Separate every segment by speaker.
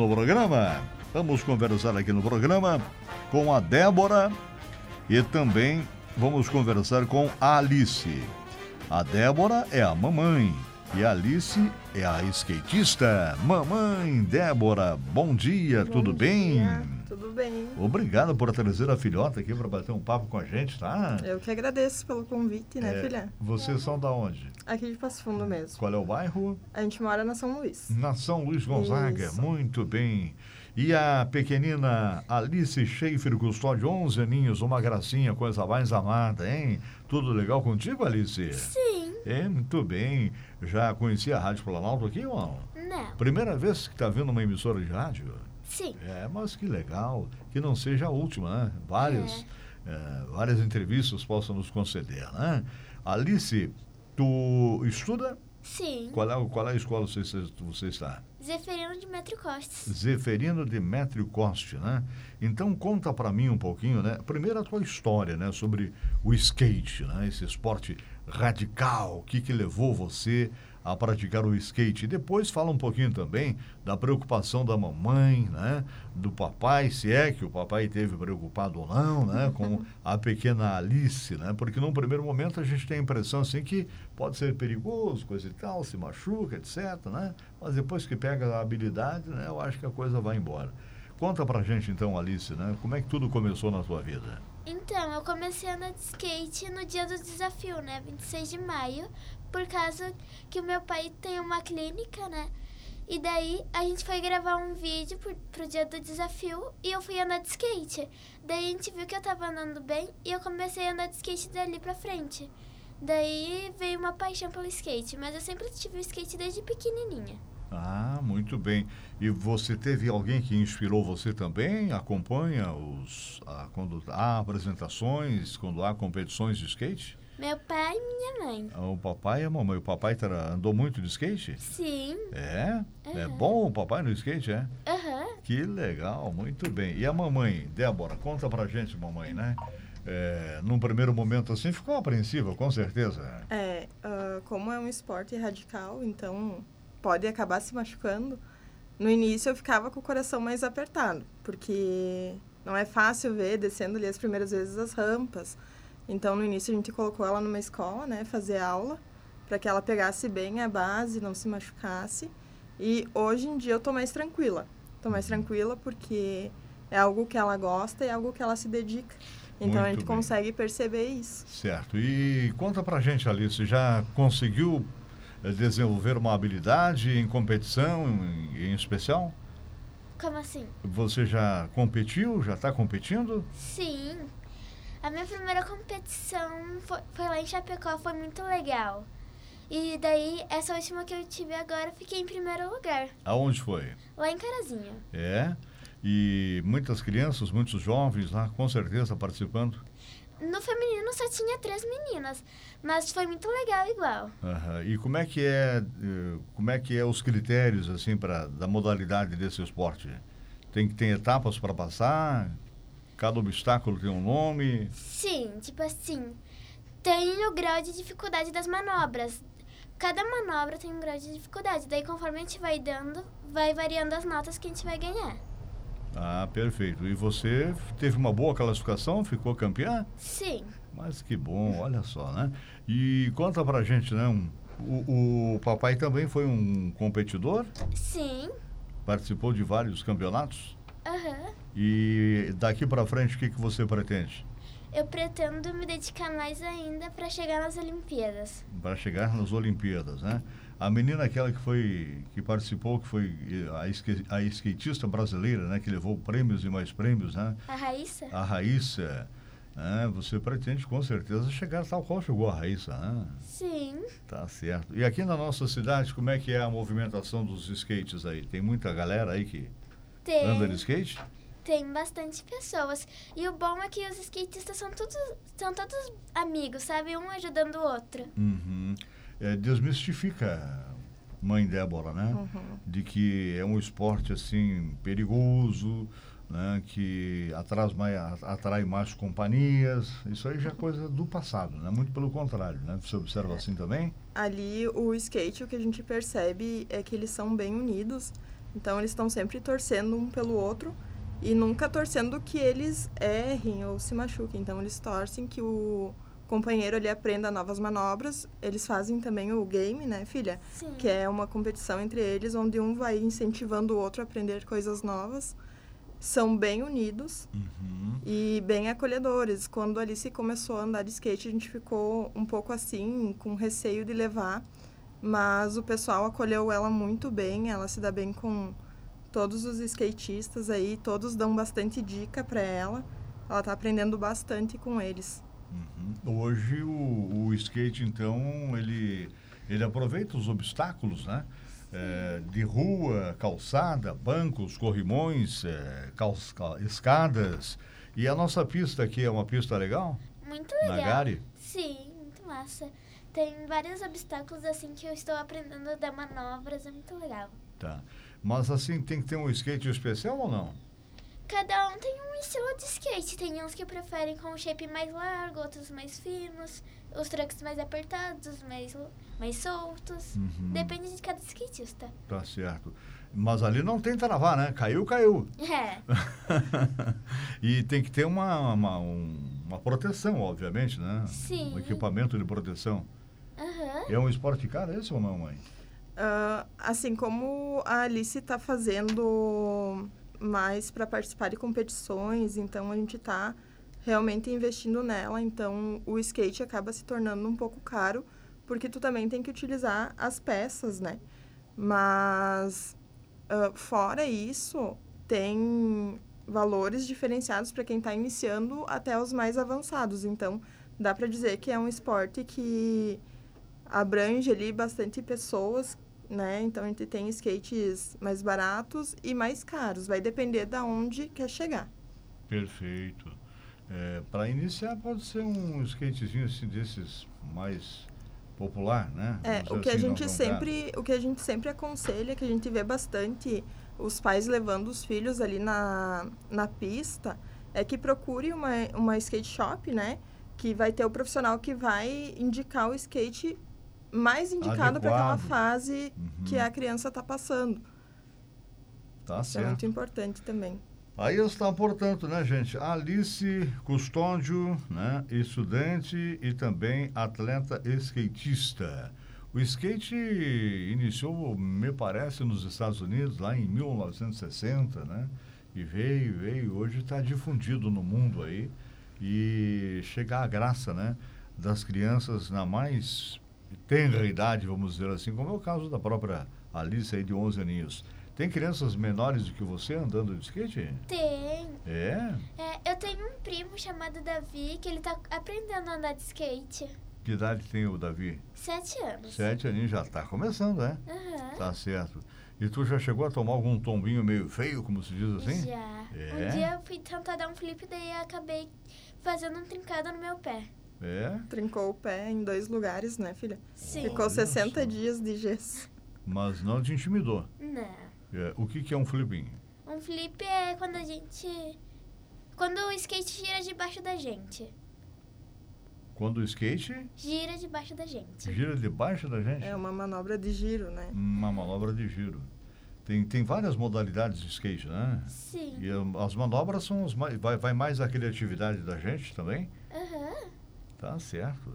Speaker 1: no programa. Vamos conversar aqui no programa com a Débora e também vamos conversar com a Alice. A Débora é a mamãe e a Alice é a skatista. Mamãe Débora, bom dia,
Speaker 2: Bom
Speaker 1: tudo bem?
Speaker 2: dia, Tudo bem.
Speaker 1: Obrigado por trazer a filhota aqui para bater um papo com a gente, tá?
Speaker 2: Eu que agradeço pelo convite, né,
Speaker 1: É,
Speaker 2: filha?
Speaker 1: Vocês são da onde?
Speaker 2: Aqui de Passo Fundo mesmo.
Speaker 1: Qual é o bairro?
Speaker 2: A gente mora na São Luís.
Speaker 1: Na São Luís Gonzaga,
Speaker 2: Isso.
Speaker 1: muito bem. E a pequenina Alice Schaefer Custódio, 11 aninhos, uma gracinha, coisa mais amada, hein? Tudo legal contigo, Alice?
Speaker 3: Sim,
Speaker 1: É, muito bem. Já conhecia a Rádio Planalto aqui, irmão?
Speaker 3: não.
Speaker 1: Primeira vez que está vendo uma emissora de rádio?
Speaker 3: Sim,
Speaker 1: É, mas que legal. Que não seja a última, né? Várias, eh, várias entrevistas possam nos conceder, né? Alice, tu estuda?
Speaker 3: sim.
Speaker 1: Qual é, o- qual é a escola que você, você está?
Speaker 3: Zeferino de Metro Costas.
Speaker 1: Zeferino Demétrio Costa, né? Então conta pra mim um pouquinho, né? Primeiro a tua história, né? Sobre o skate, né? Esse esporte radical, o que que levou você a praticar o skate. E depois fala um pouquinho também da preocupação da mamãe, né? Do papai, se é que o papai teve preocupado ou não, né? Com a pequena Alice, né? Porque num primeiro momento a gente tem a impressão assim que pode ser perigoso, coisa e tal, se machuca, etc, né? Mas depois que pega a habilidade, né, eu acho que a coisa vai embora. Conta pra gente então, Alice, né? Como é que tudo começou na tua vida?
Speaker 3: Então, eu comecei a andar de skate no dia do desafio, né? 26 de maio, por causa que o meu pai tem uma clínica, né? E daí a gente foi gravar um vídeo pro, pro dia do desafio e eu fui andar de skate. Daí a gente viu que eu tava andando bem e eu comecei a andar de skate dali pra frente. Daí veio uma paixão pelo skate, mas eu sempre tive o skate desde pequenininha.
Speaker 1: Ah, muito bem. E você teve alguém que inspirou você também? Acompanha os a, quando há apresentações, quando há competições de skate? Ah,
Speaker 3: Meu pai e minha mãe.
Speaker 1: O papai e a mamãe. O papai tra- andou muito de skate?
Speaker 3: Sim,
Speaker 1: É? É
Speaker 3: Aham.
Speaker 1: bom o papai no skate, é?
Speaker 3: aham.
Speaker 1: Que legal, muito bem. E a mamãe, Débora, conta pra gente, mamãe, né? É, num primeiro momento assim, ficou apreensiva, com certeza.
Speaker 2: É, ah, como é um esporte radical, então pode acabar se machucando. No início eu ficava com o coração mais apertado, porque não é fácil ver descendo ali as primeiras vezes as rampas. Então no início a gente colocou ela numa escola, né, fazer aula, para que ela pegasse bem a base, não se machucasse. E hoje em dia eu tô mais tranquila. Tô mais tranquila porque é algo que ela gosta e é algo que ela se dedica. Então a
Speaker 1: Muito
Speaker 2: gente
Speaker 1: bem.
Speaker 2: consegue perceber isso.
Speaker 1: Certo. E conta pra gente, Alice, já conseguiu eh, desenvolver uma habilidade em competição, em, em especial?
Speaker 3: Como assim?
Speaker 1: Você já competiu? Já está competindo?
Speaker 3: Sim. A minha primeira competição foi, foi lá em Chapecó, foi muito legal. E daí, essa última que eu tive agora, eu fiquei em primeiro lugar,
Speaker 1: Aonde foi?
Speaker 3: lá em Carazinho.
Speaker 1: É. E muitas crianças, muitos jovens lá, com certeza, participando.
Speaker 3: No feminino só tinha três meninas, mas foi muito legal igual.
Speaker 1: Aham. E como é que é, eh, como é que é os critérios assim para da modalidade desse esporte? Tem que ter etapas para passar. Cada obstáculo tem um nome.
Speaker 3: Sim, tipo assim, tem o grau de dificuldade das manobras. Cada manobra tem um grau de dificuldade, daí conforme a gente vai dando, vai variando as notas que a gente vai ganhar.
Speaker 1: Ah, perfeito. E você teve uma boa classificação, ficou campeã?
Speaker 3: Sim.
Speaker 1: Mas que bom, olha só, né? E conta pra gente, né? um- o, o papai também foi um competidor,
Speaker 3: Sim.
Speaker 1: participou de vários campeonatos.
Speaker 3: Aham.
Speaker 1: E daqui pra frente, o que, que você pretende?
Speaker 3: Eu pretendo me dedicar mais ainda para chegar nas Olimpíadas.
Speaker 1: Para chegar nas Olimpíadas, né? A menina aquela que foi, que participou, que foi eh, a, esque, a skatista brasileira, né? Que levou prêmios e mais prêmios, né?
Speaker 3: A Raíssa?
Speaker 1: A Raíssa, né? Você pretende com certeza chegar tal qual chegou a Raíssa, né?
Speaker 3: Sim.
Speaker 1: Tá certo. E aqui na nossa cidade, como é que é a movimentação dos skates aí? Tem muita galera aí que
Speaker 3: Tem,
Speaker 1: anda de skate?
Speaker 3: tem bastante pessoas. E o bom é que os skatistas são todos, são todos amigos, sabe? Um ajudando o outro.
Speaker 1: Uhum. É, desmistifica, mãe Débora, né?
Speaker 2: Uhum.
Speaker 1: De que é um esporte assim perigoso, né? que atras mai- a- atrai mais companhias. Isso aí já é coisa do passado, né? Muito pelo contrário, né? Você observa assim também?
Speaker 2: ali o skate, o que a gente percebe é que eles são bem unidos. Então eles estão sempre torcendo um pelo outro e nunca torcendo que eles errem ou se machuquem. Então eles torcem que o companheiro ele aprenda novas manobras. Eles fazem também o game, né, filha?
Speaker 3: Sim.
Speaker 2: Que é uma competição entre eles onde um vai incentivando o outro a aprender coisas novas. São bem unidos
Speaker 1: Uhum.
Speaker 2: e bem acolhedores. Quando a Alice começou a andar de skate, a gente ficou um pouco assim, com receio de levar, mas o pessoal acolheu ela muito bem, ela se dá bem com todos os skatistas aí, todos dão bastante dica para ela. Ela tá aprendendo bastante com eles.
Speaker 1: Uhum. Hoje o, o skate, então, ele, ele aproveita os obstáculos, né? É, de rua, calçada, bancos, corrimões, é, calç- cal- escadas. E a nossa pista aqui é uma pista legal?
Speaker 3: Muito legal.
Speaker 1: Nagari?
Speaker 3: Sim, muito massa. Tem vários obstáculos assim que eu estou aprendendo a dar manobras, é muito legal.
Speaker 1: Tá. Mas assim, tem que ter um skate especial ou não?
Speaker 3: Cada um tem um estilo de skate. Tem uns que preferem com o shape mais largo, outros mais finos, os truques mais apertados, mais, mais soltos.
Speaker 1: Uhum.
Speaker 3: Depende de cada skatista.
Speaker 1: Tá certo. Mas ali não tem travar, né? Caiu, caiu.
Speaker 3: É,
Speaker 1: e tem que ter uma, uma, um- uma proteção, obviamente, né?
Speaker 3: Sim.
Speaker 1: Um equipamento de proteção.
Speaker 3: aham.
Speaker 1: É um esporte caro esse ou não, mãe?
Speaker 2: Ah, assim como a Alice está fazendo mais para participar de competições, então a gente está realmente investindo nela. Então o skate acaba se tornando um pouco caro, porque tu também tem que utilizar as peças, né? Mas ah, fora isso, tem valores diferenciados para quem está iniciando até os mais avançados. Então dá para dizer que é um esporte que abrange ali bastante pessoas, né? Então a gente tem skates mais baratos e mais caros, vai depender da onde quer chegar.
Speaker 1: Perfeito. Para É, iniciar, pode ser um skatezinho assim, desses mais popular, né?
Speaker 2: É,
Speaker 1: Vamos
Speaker 2: o
Speaker 1: dizer
Speaker 2: que a
Speaker 1: assim, não
Speaker 2: gente
Speaker 1: tão caro.
Speaker 2: sempre, o que a gente sempre aconselha, que a gente vê bastante os pais levando os filhos ali na, na pista, é que procure uma, uma skate shop, né? Que vai ter o profissional que vai indicar o skate mais indicado para aquela
Speaker 1: Adequado.
Speaker 2: fase
Speaker 1: Uhum,
Speaker 2: que a criança está passando.
Speaker 1: Tá
Speaker 2: Isso é muito
Speaker 1: certo.
Speaker 2: importante também.
Speaker 1: Aí está, portanto, né, gente? Alice Custódio, né? Estudante e também atleta skatista. O skate iniciou, me parece, nos Estados Unidos, lá em 1960, né? E veio, veio. Hoje está difundido no mundo aí. E chegar à graça, né? Das crianças na mais tenra idade, vamos dizer assim, como é o caso da própria Alice aí de 11 aninhos. Tem crianças menores do que você andando de skate?
Speaker 3: Tem.
Speaker 1: É?
Speaker 3: É, eu tenho um primo chamado Davi que ele tá aprendendo a andar de skate.
Speaker 1: Que idade tem o Davi?
Speaker 3: Sete anos.
Speaker 1: Sete aninhos já está começando, né?
Speaker 3: Aham.
Speaker 1: Tá certo. E tu já chegou a tomar algum tombinho meio feio, como se diz assim?
Speaker 3: Já.
Speaker 1: É?
Speaker 3: Um dia eu fui tentar dar um flip, daí eu acabei fazendo um trincado no meu pé.
Speaker 1: É?
Speaker 2: Trincou o pé em dois lugares, né, filha?
Speaker 3: Sim.
Speaker 2: Ficou
Speaker 1: Olha
Speaker 2: 60
Speaker 1: só.
Speaker 2: dias de gesso.
Speaker 1: Mas não te intimidou.
Speaker 3: Não.
Speaker 1: É, o que, que é um flipinho?
Speaker 3: Um flip é quando a gente. Quando o skate gira debaixo da gente.
Speaker 1: Quando o skate
Speaker 3: Gira debaixo da gente.
Speaker 1: gira debaixo da gente?
Speaker 2: É uma manobra de giro, né?
Speaker 1: Uma manobra de giro. Tem, tem várias modalidades de skate, né? E
Speaker 3: Sim.
Speaker 1: hum, as manobras são os mais. Vai, vai mais a criatividade da gente também?
Speaker 3: Aham.
Speaker 1: Tá certo.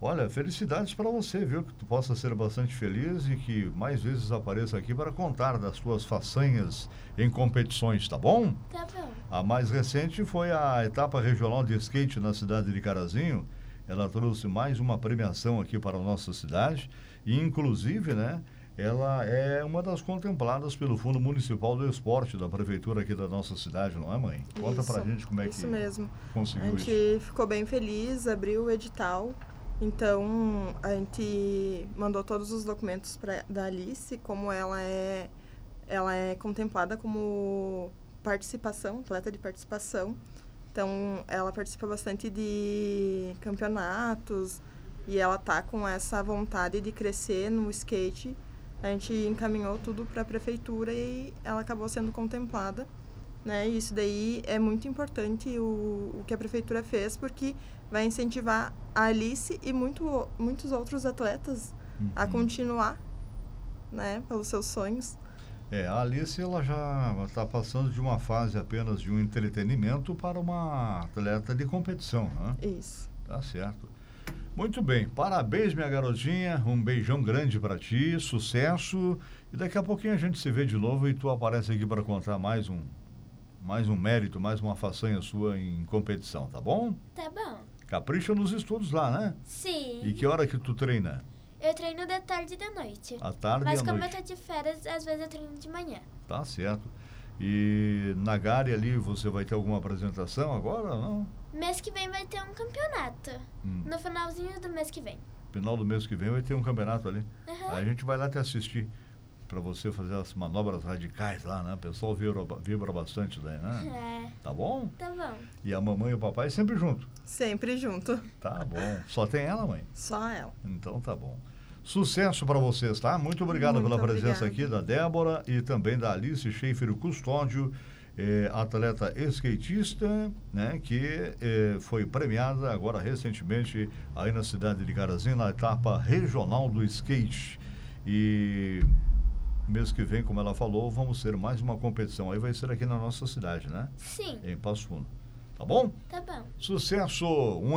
Speaker 1: Olha, felicidades para você, viu? Que tu possa ser bastante feliz e que mais vezes apareça aqui para contar das tuas façanhas em competições, tá bom?
Speaker 3: Tá bom.
Speaker 1: A mais recente foi a etapa regional de skate na cidade de Carazinho. Ela trouxe mais uma premiação aqui para a nossa cidade e, inclusive, né, ela é uma das contempladas pelo Fundo Municipal do Esporte da prefeitura aqui da nossa cidade, não é, mãe? Conta
Speaker 2: Isso,
Speaker 1: pra gente como é
Speaker 2: Isso
Speaker 1: que
Speaker 2: mesmo. A
Speaker 1: conseguiu
Speaker 2: gente
Speaker 1: isso.
Speaker 2: ficou bem feliz, abriu o edital. Então, a gente mandou todos os documentos pra, da Alice, como ela é, ela é contemplada como participação, atleta de participação. Então, ela participa bastante de campeonatos e ela tá com essa vontade de crescer no skate. A gente encaminhou tudo para a prefeitura e ela acabou sendo contemplada né? E isso daí é muito importante o, o que a prefeitura fez, porque vai incentivar a Alice e muito, o- muitos outros atletas a
Speaker 1: Uhum.
Speaker 2: continuar, né, pelos seus sonhos.
Speaker 1: É, a Alice ela já está passando de uma fase apenas de um entretenimento para uma atleta de competição, né?
Speaker 2: Isso.
Speaker 1: Tá certo. Muito bem, parabéns, minha garotinha. Um beijão grande para ti, sucesso. E daqui a pouquinho a gente se vê de novo e tu aparece aqui para contar mais um, mais um mérito, mais uma façanha sua em competição, tá bom?
Speaker 3: Tá bom.
Speaker 1: Capricha nos estudos lá, né?
Speaker 3: Sim.
Speaker 1: E que hora que tu treina?
Speaker 3: Eu treino da tarde e da noite.
Speaker 1: À tarde
Speaker 3: Mas
Speaker 1: e à
Speaker 3: como é
Speaker 1: noite.
Speaker 3: eu tô de férias, às vezes eu treino de manhã.
Speaker 1: Tá certo. E na Gare ali você vai ter alguma apresentação agora ou não?
Speaker 3: Mês que vem vai ter um campeonato.
Speaker 1: Hum.
Speaker 3: No finalzinho do mês que vem.
Speaker 1: Final do mês que vem vai ter um campeonato ali.
Speaker 3: Aham.
Speaker 1: Aí a gente vai lá te assistir para você fazer as manobras radicais lá, né? O pessoal vibra, vibra bastante daí, né?
Speaker 3: É,
Speaker 1: Tá bom?
Speaker 3: tá bom.
Speaker 1: E a mamãe e o papai sempre junto.
Speaker 2: Sempre junto.
Speaker 1: Tá bom. Só tem ela, mãe?
Speaker 2: Só ela.
Speaker 1: Então tá bom. Sucesso para vocês, tá? Muito obrigado
Speaker 2: Muito
Speaker 1: pela presença
Speaker 2: obrigada.
Speaker 1: aqui da Débora e também da Alice Schaefer Custódio, eh, atleta skatista, né, que eh, foi premiada agora recentemente aí na cidade de Carazinho, na etapa regional do skate. E mês que vem, como ela falou, vamos ter mais uma competição. Aí vai ser aqui na nossa cidade, né?
Speaker 3: Sim,
Speaker 1: Em Passo Fundo. Tá bom?
Speaker 3: tá bom.
Speaker 1: Sucesso! Um